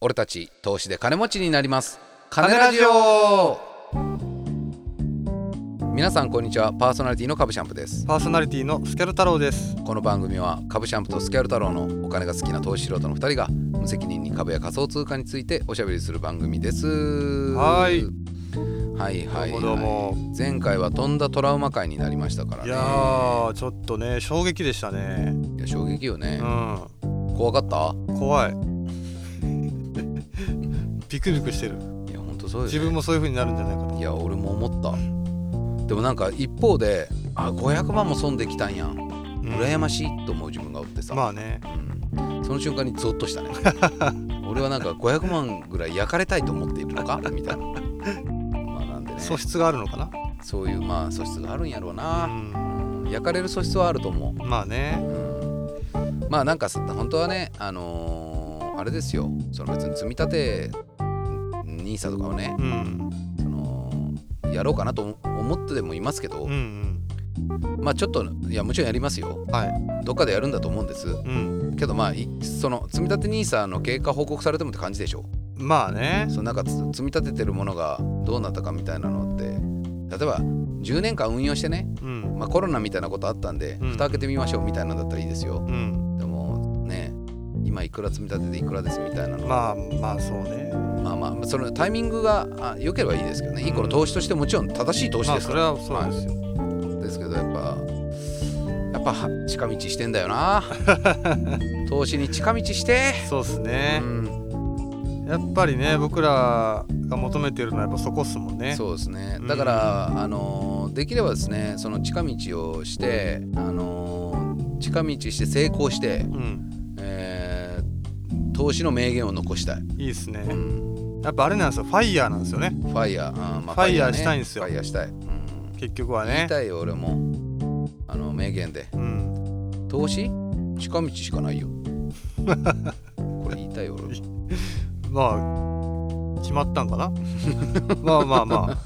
俺たち投資で金持ちになります金ラジオ皆さんこんにちはパーソナリティの株シャンプですパーソナリティのスキャル太郎です。この番組は株シャンプとスキャル太郎のお金が好きな投資素人の2人が無責任に株や仮想通貨についておしゃべりする番組ですはいはいはいはいどうもどうも前回は飛んだトラウマ会になりましたからいねやー、ちょっとね、衝撃でしたね。いや衝撃よねう、ん、怖かった怖い。 ビクビクしてる。いや本当そうです、自ね、分もそういう風になるんじゃないかと。いや俺も思ったでもなんか一方であ500万も損できたんやんうん、羨ましいと思う自分がおってさ、まあね、うん、その瞬間にゾッとした ね俺はなんか500万ぐらい焼かれたいと思っているのかみたいなまあなんでね素質があるのかな。そういうまあ素質があるんやろううな、ん、うん焼かれる素質はあると思まあねう、、うん、まあなんかさ本当はねあのーあれですよその別に積み立て NISA とかをねうん、そのやろうかなと思思ってでもいますけど、うん、うん、まあちょっといやもちろんやりますよはい、どっかでやるんだと思うんですうん、けどまあいその積み立て NISA の経過報告されてもって感じでしょまあね、そのなんかつ積み立ててるものがどうなったかみたいなのって例えば10年間運用してね、うん、まあ、コロナみたいなことあったんで、うん蓋開けてみましょうみたいなのだったらいいですようん、でもね今いくら積み立てていくらですみたいなのまあまあそうね。まあまあそのタイミングがあ良ければいいですけどね、いいこの投資としてもちろん正しい投資まであすそかれら、はそうですよ。ですけどやっぱやっぱは近道してんだよ な投資に近道して、そうですうね。んやっぱりね、僕らが求めてるのはやっぱそこっすもんね。そうですねうんだから、あのーできればですねその近道をして、あのー近道して成功して、うん、えー投資の名言を残したい、いいですね。うんやっぱあれなんですよファイヤーなんですよねファイヤー、うんまあファイヤーねしたいんですよファイヤーしたい、うん結局は言ねいたいよ俺もあの名言でうん投資近道しか ないよこれ言いたいよ俺もまあ決まったん かなまあまあま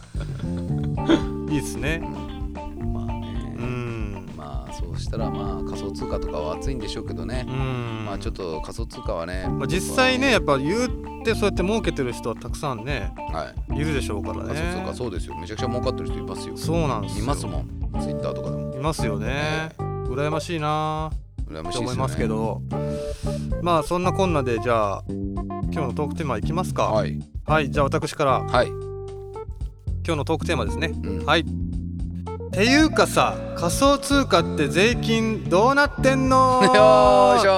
あいいですねうんまあね、うんまあそうしたらまあ仮想通貨とかは熱いんでしょうけどねう、んまあちょっと、と仮想通貨はね、まあ、実際ねやっぱ言ってそうやって儲けてる人はたくさんねはいいるでしょうからね仮想通貨そうですよめちゃくちゃ儲かってる人いますよそうなんですいよますもんツイッターとかでもいますよねえ羨ましいな羨ーまっしていですよね思いますけどまあそんなこんなでじゃあ今日のトークテーマいきますかはい、はいじゃあ私からはい、今日のトークテーマですねうん、はい。っていうかさ、仮想通貨って税金どうなってん のよーいしょ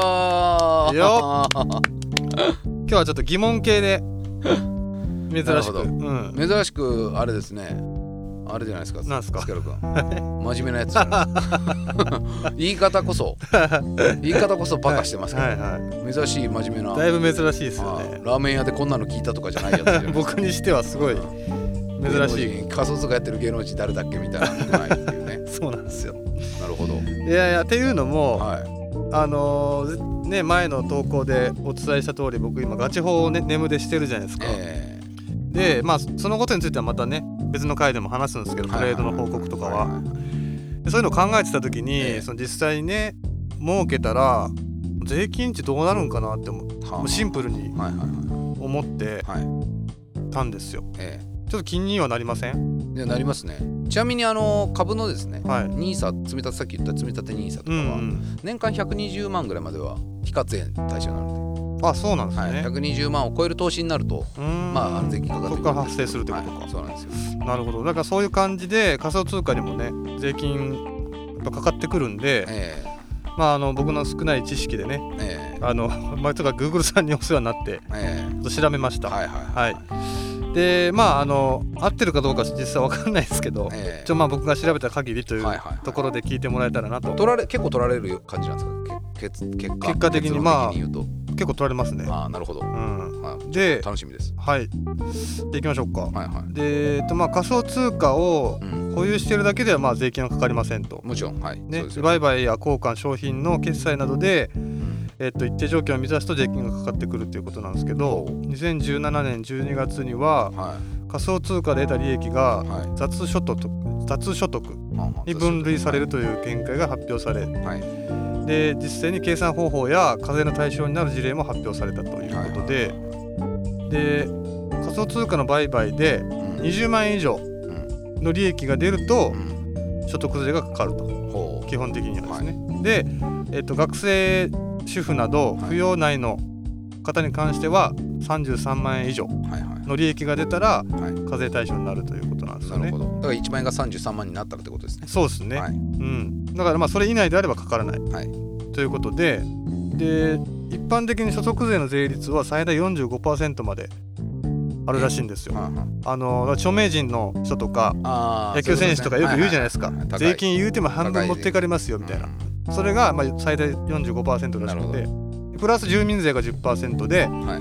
ーよ今日はちょっと疑問系 で珍なるしほく、どうん、 珍しくあれですねあれじゃないですかなんすかスキャロ 君真面目なやつじゃない言い方こ そ言い方こそバカしてますけど、はいは。珍しい真面目ないだいぶ珍しいですよあねー。ラーメン屋でこんなの聞いたとかじゃないやつじゃない 僕にしてはすごい珍し い。い仮想通貨やってる芸能人誰だっけみたいなのがないっていうね そうなんですよ。なるほどいやいやっていうのも、はいあのーね前の投稿でお伝えした通り、僕今ガチ法をね眠でしてるじゃないですか。えで、まあそのことについてはまたね別の回でも話すんですけど、ートレードの報告とかは。いいいでそういうのを考えてた時に、ええその実際にね儲けたら税金値どうなるんかなって思うはあもうシンプルはいはにいは思っていはいたんですよえちょっと気にはなりませんえでなりますねちなみにあの株のですねはい、ニーサ積み立てさっき言った積み立てニーサとうかは、ん年間120万ぐらいまでは非課税対象なのうん、あそうなんでで、すはいね、 120万を超える投資になるとうーんまあ税金かかってそくこるから発生するってことか、はいそうなんですよなるほどだからそういう感じで仮想通貨にもね税金やっぱかかってくるんで、えまああの僕の少ない知識でねえええあの まあとか Google さんにお世話になってえちょっと調べましえた、はいはいはいでまああの合ってるかどうか実際わかんないですけど、ええちょまあ僕が調べた限りというはいはいはいところで聞いてもらえたらなと、取られ結構取られる感じなんですかけ結結果結果的にまあ結論的に結構取られますね言うとああなるほど、うんはでい、楽しみですはいでいきましょうかはいはいでえっとまあ仮想通貨をうん保有してるだけではまあ税金はかかりませんと、もちろんはい、ねそうです、よ売買や交換商品の決済などで、うんえっと、一定条件を満たすと税金がかかってくるということなんですけどほう2017年12月にはは仮想通貨で得た利益がいはい雑所得雑所得まあまあに分類されるという見解が発表されはいで実際に計算方法や課税の対象になる事例も発表されたということで、で仮想通貨の売買でうん20万円以上の利益が出るとうん所得税がかかるとほ基本的にはですね。で、えっと、学生主婦など扶養内の方に関しては33万円以上うはいはの利益が出たらいはい課税対象になるということなんですよなるほ。ねどだから1万円が33万になったらってことですねそうですね、はいうん、だからまあそれ以内であればかからない、はいということでで一般的に所得税の税率は最大45%まであるらしいんですよ。はあはあの著名人の人とかああー野球選手とかよく言うじゃないですかそううことね税金言うても半分持ってかれますよみたいな、それがまあ最大45%らしなるくてプラス住民税が10%で、はいま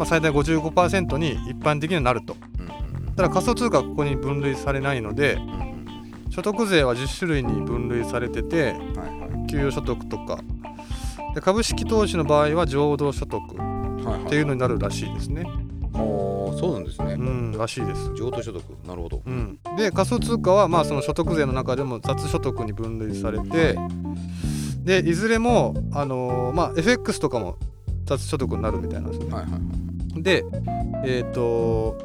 あ、最大55%に一般的にはなるとうんうんただ仮想通貨はここに分類されないのでうんうん所得税は10種類に分類されててうんはいは給与所得とかで株式投資の場合は浄土所得っいはいはいていうのになるらしいですねああそうなんですねうんらしいです譲渡所得なるほどうん、で仮想通貨はまあその所得税の中でも雑所得に分類されてでいずれも、あのーまあ、FX とかも雑所得になるみたいなんですね。はいはいでえっ、と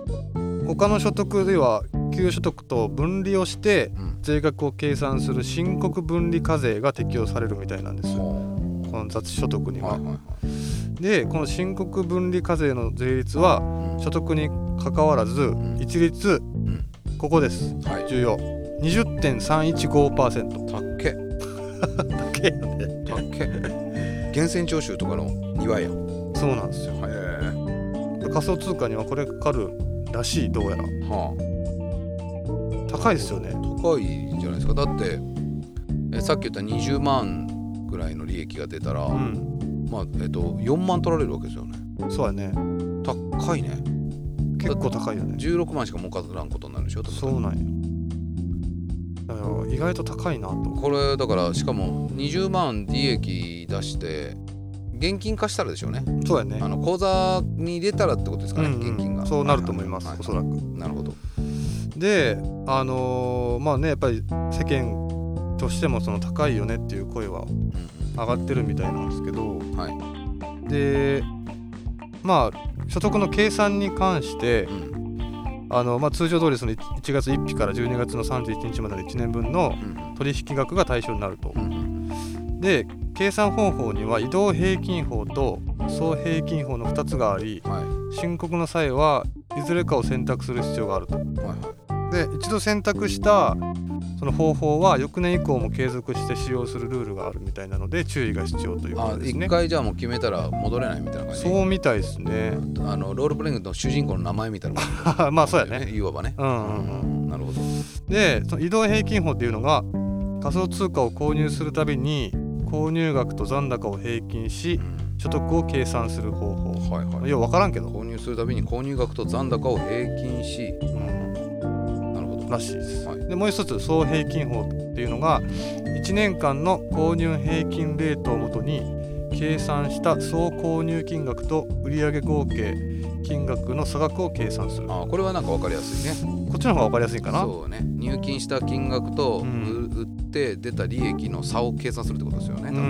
他の所得では給与所得と分離をしてうん税額を計算する申告分離課税が適用されるみたいなんですこほうの雑所得には。はいはいはいでこの申告分離課税の税率はうん所得に関わらずん一律んここですはい重要20.315%たっけ だけよねたっけ源泉徴収とかの庭やそうなんですよへえ仮想通貨にはこれかかるらしいどうやらはあ高いですよね高いんじゃないですかだってえさっき言った20万ぐらいの利益が出たら、うんまあえっと4万取られるわけですよねそうだね高いね結構高いよね16万しか儲からんことになるでしょ多分そうなんよだから意外と高いなとこれだからしかも20万利益出して現金化したらでしょうねそうだねあの口座に入れたらってことですかうんね、うん現金がそうなると思います、ははおそらくなるほどであのーまあねやっぱり世間としてもその高いよねっていう声はうん上がってるみたいなんですけどうんはいでまあ所得の計算に関して、うんあのまあ、通常通りそのい1月1日から12月の31日までの1年分のうん取引額が対象になるとう。んうんで計算方法には移動平均法と総平均法の2つがありはい申告の際はいずれかを選択する必要があると。はいはいで一度選択したその方法は翌年以降も継続して使用するルールがあるみたいなので注意が必要というこあとです一、ね。回じゃあもう決めたら戻れないみたいな感じそうみたいですね。あのロールプレイングの主人公の名前みたいなもんだよまあそうやね。いわばねうんうんうんなるほどでその移動平均法っていうのが仮想通貨を購入するたびに購入額と残高を平均しうん所得を計算する方法はいはいよう分からんけど、購入するたびに購入額と残高を平均しうん、なるほどらしいですはいでもう一つ総平均法っていうのが1年間の購入平均レートをもとに計算した総購入金額と売上合計金額の差額を計算するこあこれはなんかわかりやすいねっちの方が分かりやすいかなそうね入金した金額とうんう売って出た利益の差を計算するってことですよね多う分ねん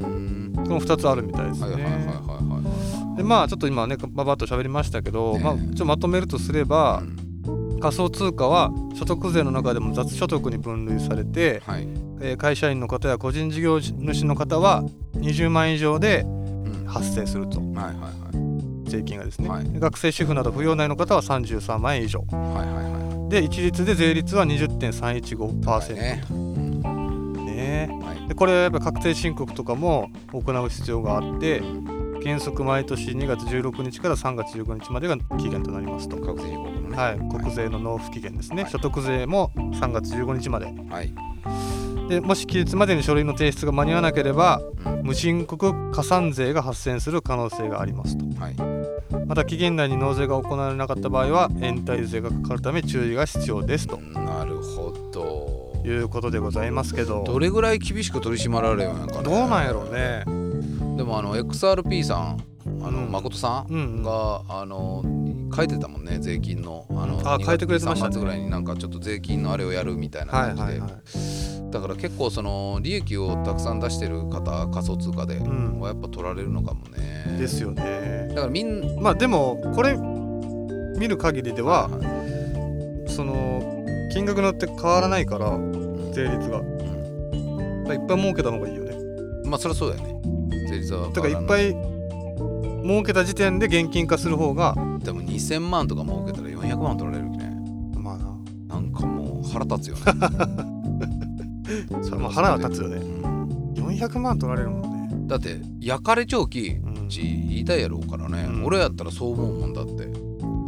うーんこの2つあるみたいですはいね、はいはいはいはいでまあちょっと今ねばばっと喋りましたけど、ねえまあ、ちょっとまとめるとすれば、仮想通貨は所得税の中でも雑所得に分類されて、はいえー会社員の方や個人事業主の方は20万円以上でうんは発生するといはいはい税金がですね、はいで学生主婦など扶養内の方は33万円以上はいはいはいで一律で税率は20.315%ねねうんはでこれはやっぱ確定申告とかも行う必要があってい原則毎年2月16日から3月15日までが期限となりますと。各税国のねはい、国税の納付期限ですね、はい所得税も3月15日まではいでもし期日までに書類の提出が間に合わなければうん無申告加算税が発生する可能性がありますとはいまた期限内に納税が行われなかった場合は延滞税がかかるため注意が必要ですとなるほどいうことでございますけどどれぐらい厳しく取り締まられるんやかねどうなんやろうねでもあの XRP さんあの、うん誠さうんんが、あの書いてたもんね税金のあのあ書いてくれてました2ね月3月ぐらいになんかちょっと税金のあれをやるみたいなはい感じで、はいはいだから結構その利益をたくさん出してる方仮想通貨でうんはやっぱ取られるのかもねですよねだからみんまあでもこれ見る限りではその金額によって変わらないからうん税率がうんだからいっぱい儲けた方がいいよねまあそりゃそうだよね税率はだからいっいぱい儲けた時点で現金化する方がでも2000万とか儲けたら400万取られるねまあななんかもう腹立つよ ねそれまあは腹は立つようねん400万取られるもんね、だって焼かれちょうきうん、ち言いたいやろうからね、うん俺やったらそう思うもんだって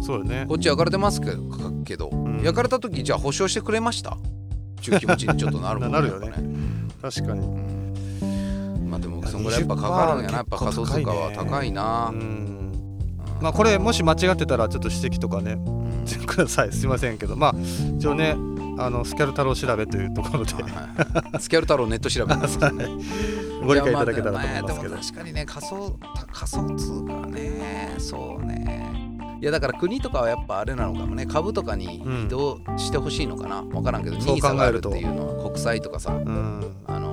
そうよねこっち焼かれてますけどかけど、ん焼かれた時じゃあ保証してくれましたっていう気持ちにちょっとなるもん なるよねやっぱ確かにまあでもそんぐらいやっぱかかるんやなやっぱ仮想通貨は高いなう、んまああこれもし間違ってたらちょっと指摘とかね くださいすいませんけどまあ一応ねあのスキャル太郎調べというところでスキャル太郎ネット調べてますからね ご理解いただけたらと思いますいけやまあでも確かどにね仮想仮想通貨ねそうねいやだから国とかはやっぱあれなのかもね株とかに移動してほしいのかな、分からんけどそう NISA 考があえるるってというのは国債とかさうんあのー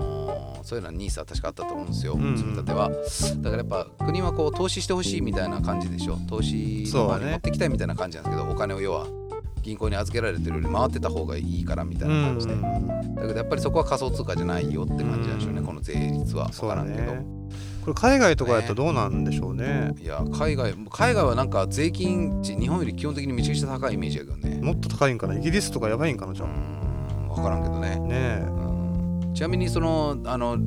そういうのは NISA 確かあったと思うんですよ、うんうん積み立てはだからやっぱ国はこう投資してほしいみたいな感じでしょ投資そうのね場に持ってきたいみたいな感じなんですけど、お金を要は銀行に預けられてるより回ってた方がいいからみたいな感じで、うんだけどやっぱりそこは仮想通貨じゃないよって感じなんでしょうね、うんこの税率はそ分うかだらんけど、ねこれ海外とかやったらどうなんでしょうねいや海外海外はなんか税金値日本より基本的にめちゃくちゃ高いイメージやけどねもっと高いんかなイギリスとかやばいんかなじうゃんん分からんけどね、ねうん、ちなみにそのあの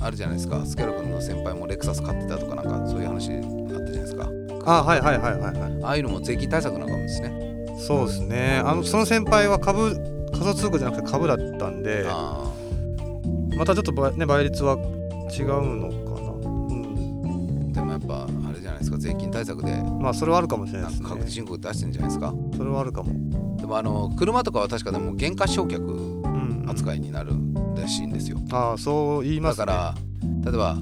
あるじゃないですかスキャル君の先輩もレクサス買ってたとかなんかそういう話あったじゃないですかえあはいはいはいはいはいああいうのも税金対策なんかもですねそうですねあのその先輩は株仮想通貨じゃなくて株だったんであまたちょっとば、ね、倍率は違うのかな、うん、ーでもやっぱあれじゃないですか税金対策でまあそれはあるかもしれなないんですか確定ね申告出してるんじゃないですかそれはあるかも、でもあの車とかは確かでも減価償却うん、扱いになるらしいんですよああそう言いまだすねから例えば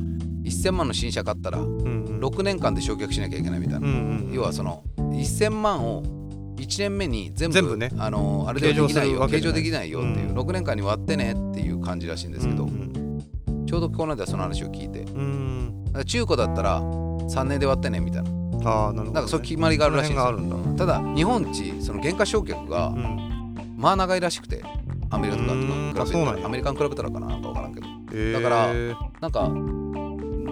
1000万の新車買ったらうんうん6年間で償却しなきゃいけないみたいうんな、うん、要はその1000万を1年目に全部全部ねあのあれではできないよ計計上上するわけじゃないできないよっていう、うん6年間に割ってねっていう感じらしいんですけど、うんうんちょうどこの間その話を聞いてだうんから中古だったら3年で割ってねみたいなああなるほど、ね、なんかそういう決まりがあるらしいんですよその辺があるんただ日本一その減価償却がうんまあ長いらしくてアメリカとかとうんかあ比そうべなたんやらアメリカに比べたらかななんか分からんけどえだからなんか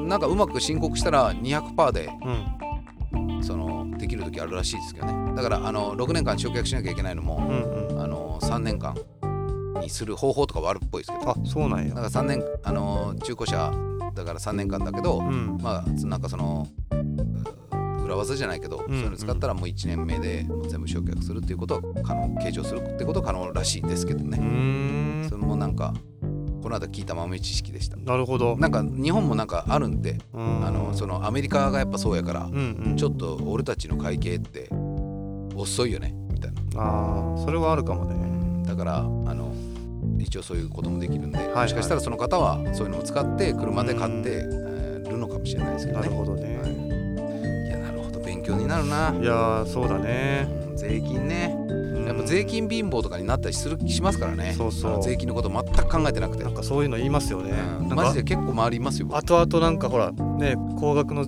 なんかうまく申告したら200%でうんそのできる時あるらしいですけどねだからあの6年間償却しなきゃいけないのも、うんうんあの3年間にする方法とかはあるっぽいですけどあそうなんやなんか3年あの中古車だから3年間だけど、うんまあなんかそのう裏技じゃないけど、んうんそういうの使ったらもう1年目でもう全部償却するっていうことは可能計上するってことは可能らしいですけどうーね、んそれもなんかこの間聞いた豆知識でしたなるほどなんか日本もなんかあるんで、うんあのそのアメリカがやっぱそうやから、うんうんちょっと俺たちの会計って遅いよねみたいな、ああそれはあるかもねだからあの一応そういうこともできるんで、はいもしかしたらその方はそういうのを使って車で買って、えーるのかもしれないですけどなねるほどね、はい、いやなるほど勉強になるな、い、やーそうだねうん税金ねややっぱ税金貧乏とかになったりするしますからね、そうそうあの税金のこと全く考えてなくて、なんかそういうの言いますよね、うんなんマかジで結構回りますよ僕後々なんかほらね高額の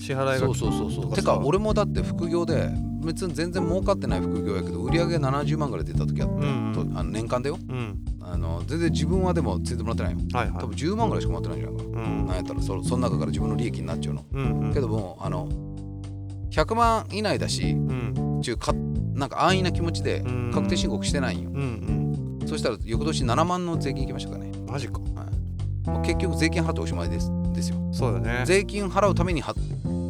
支払いがそうそうそうそとうかさてか俺もだって副業で別に全然儲かってない副業やけど売り上げ70万ぐらい出た時あって、うんうんとあの年間だようんあの全然自分はでもついてもらってないよはいはい多分10万ぐらいしかもらってないんじゃないかうな、んなんやったらそその中から自分の利益になっちゃうの、うんうんけどもうあの100万以内だしうんちゅうかなんか安易な気持ちでうん確定申告してないんよ、うんうんそしたら翌年7万の税金いきましたからね、マジかはい、もう結局税金払っておしまいですですよそうよね税金払うためには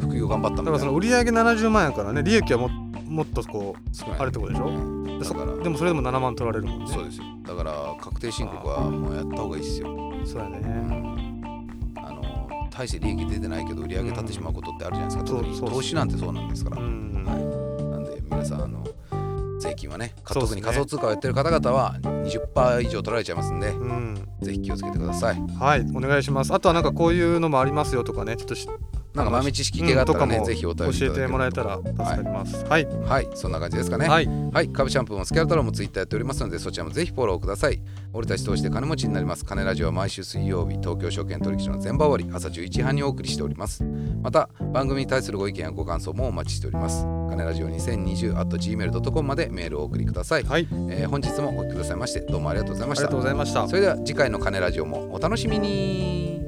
副業頑張っただみたいからなその売り上げ70万やからね利益はももっとこ少ないあれってことでしょうんだからうでもそれでも7万取られるもんねそうですよだから確定申告はもうやった方がいいですよ、そうやうねんあの大して利益出てないけど売り上げ立ってしまうことってあるじゃないですか、う特んそうにそう投資なんてそうなんですから、うんはい、なんで皆さんあの税金はねかそうっす特にね仮想通貨をやってる方々は20%以上取られちゃいますんでうんぜひ気をつけてくださいはいお願いしますあとはなんかこういうのもありますよとかねちょっとしなんか豆知識系があったらね、うんとかもぜひお教便りいたえだけてるもらえたら助かりますはいはいそんな感じですかねはいはい、株シャンプーもスキャルトロもツイッターやっておりますのでそちらもぜひフォローください俺たち通して金持ちになります金ラジオは毎週水曜日東京証券取引所の全場終わり朝11時半にお送りしておりますまた番組に対するご意見やご感想もお待ちしております金ラジオ 2020.gmail.com までメールをお送りください、はいえー本日もお聞きくださいましてどうもありがとうございあまりしがたとうございましたそれでは次回の金ラジオもお楽しみに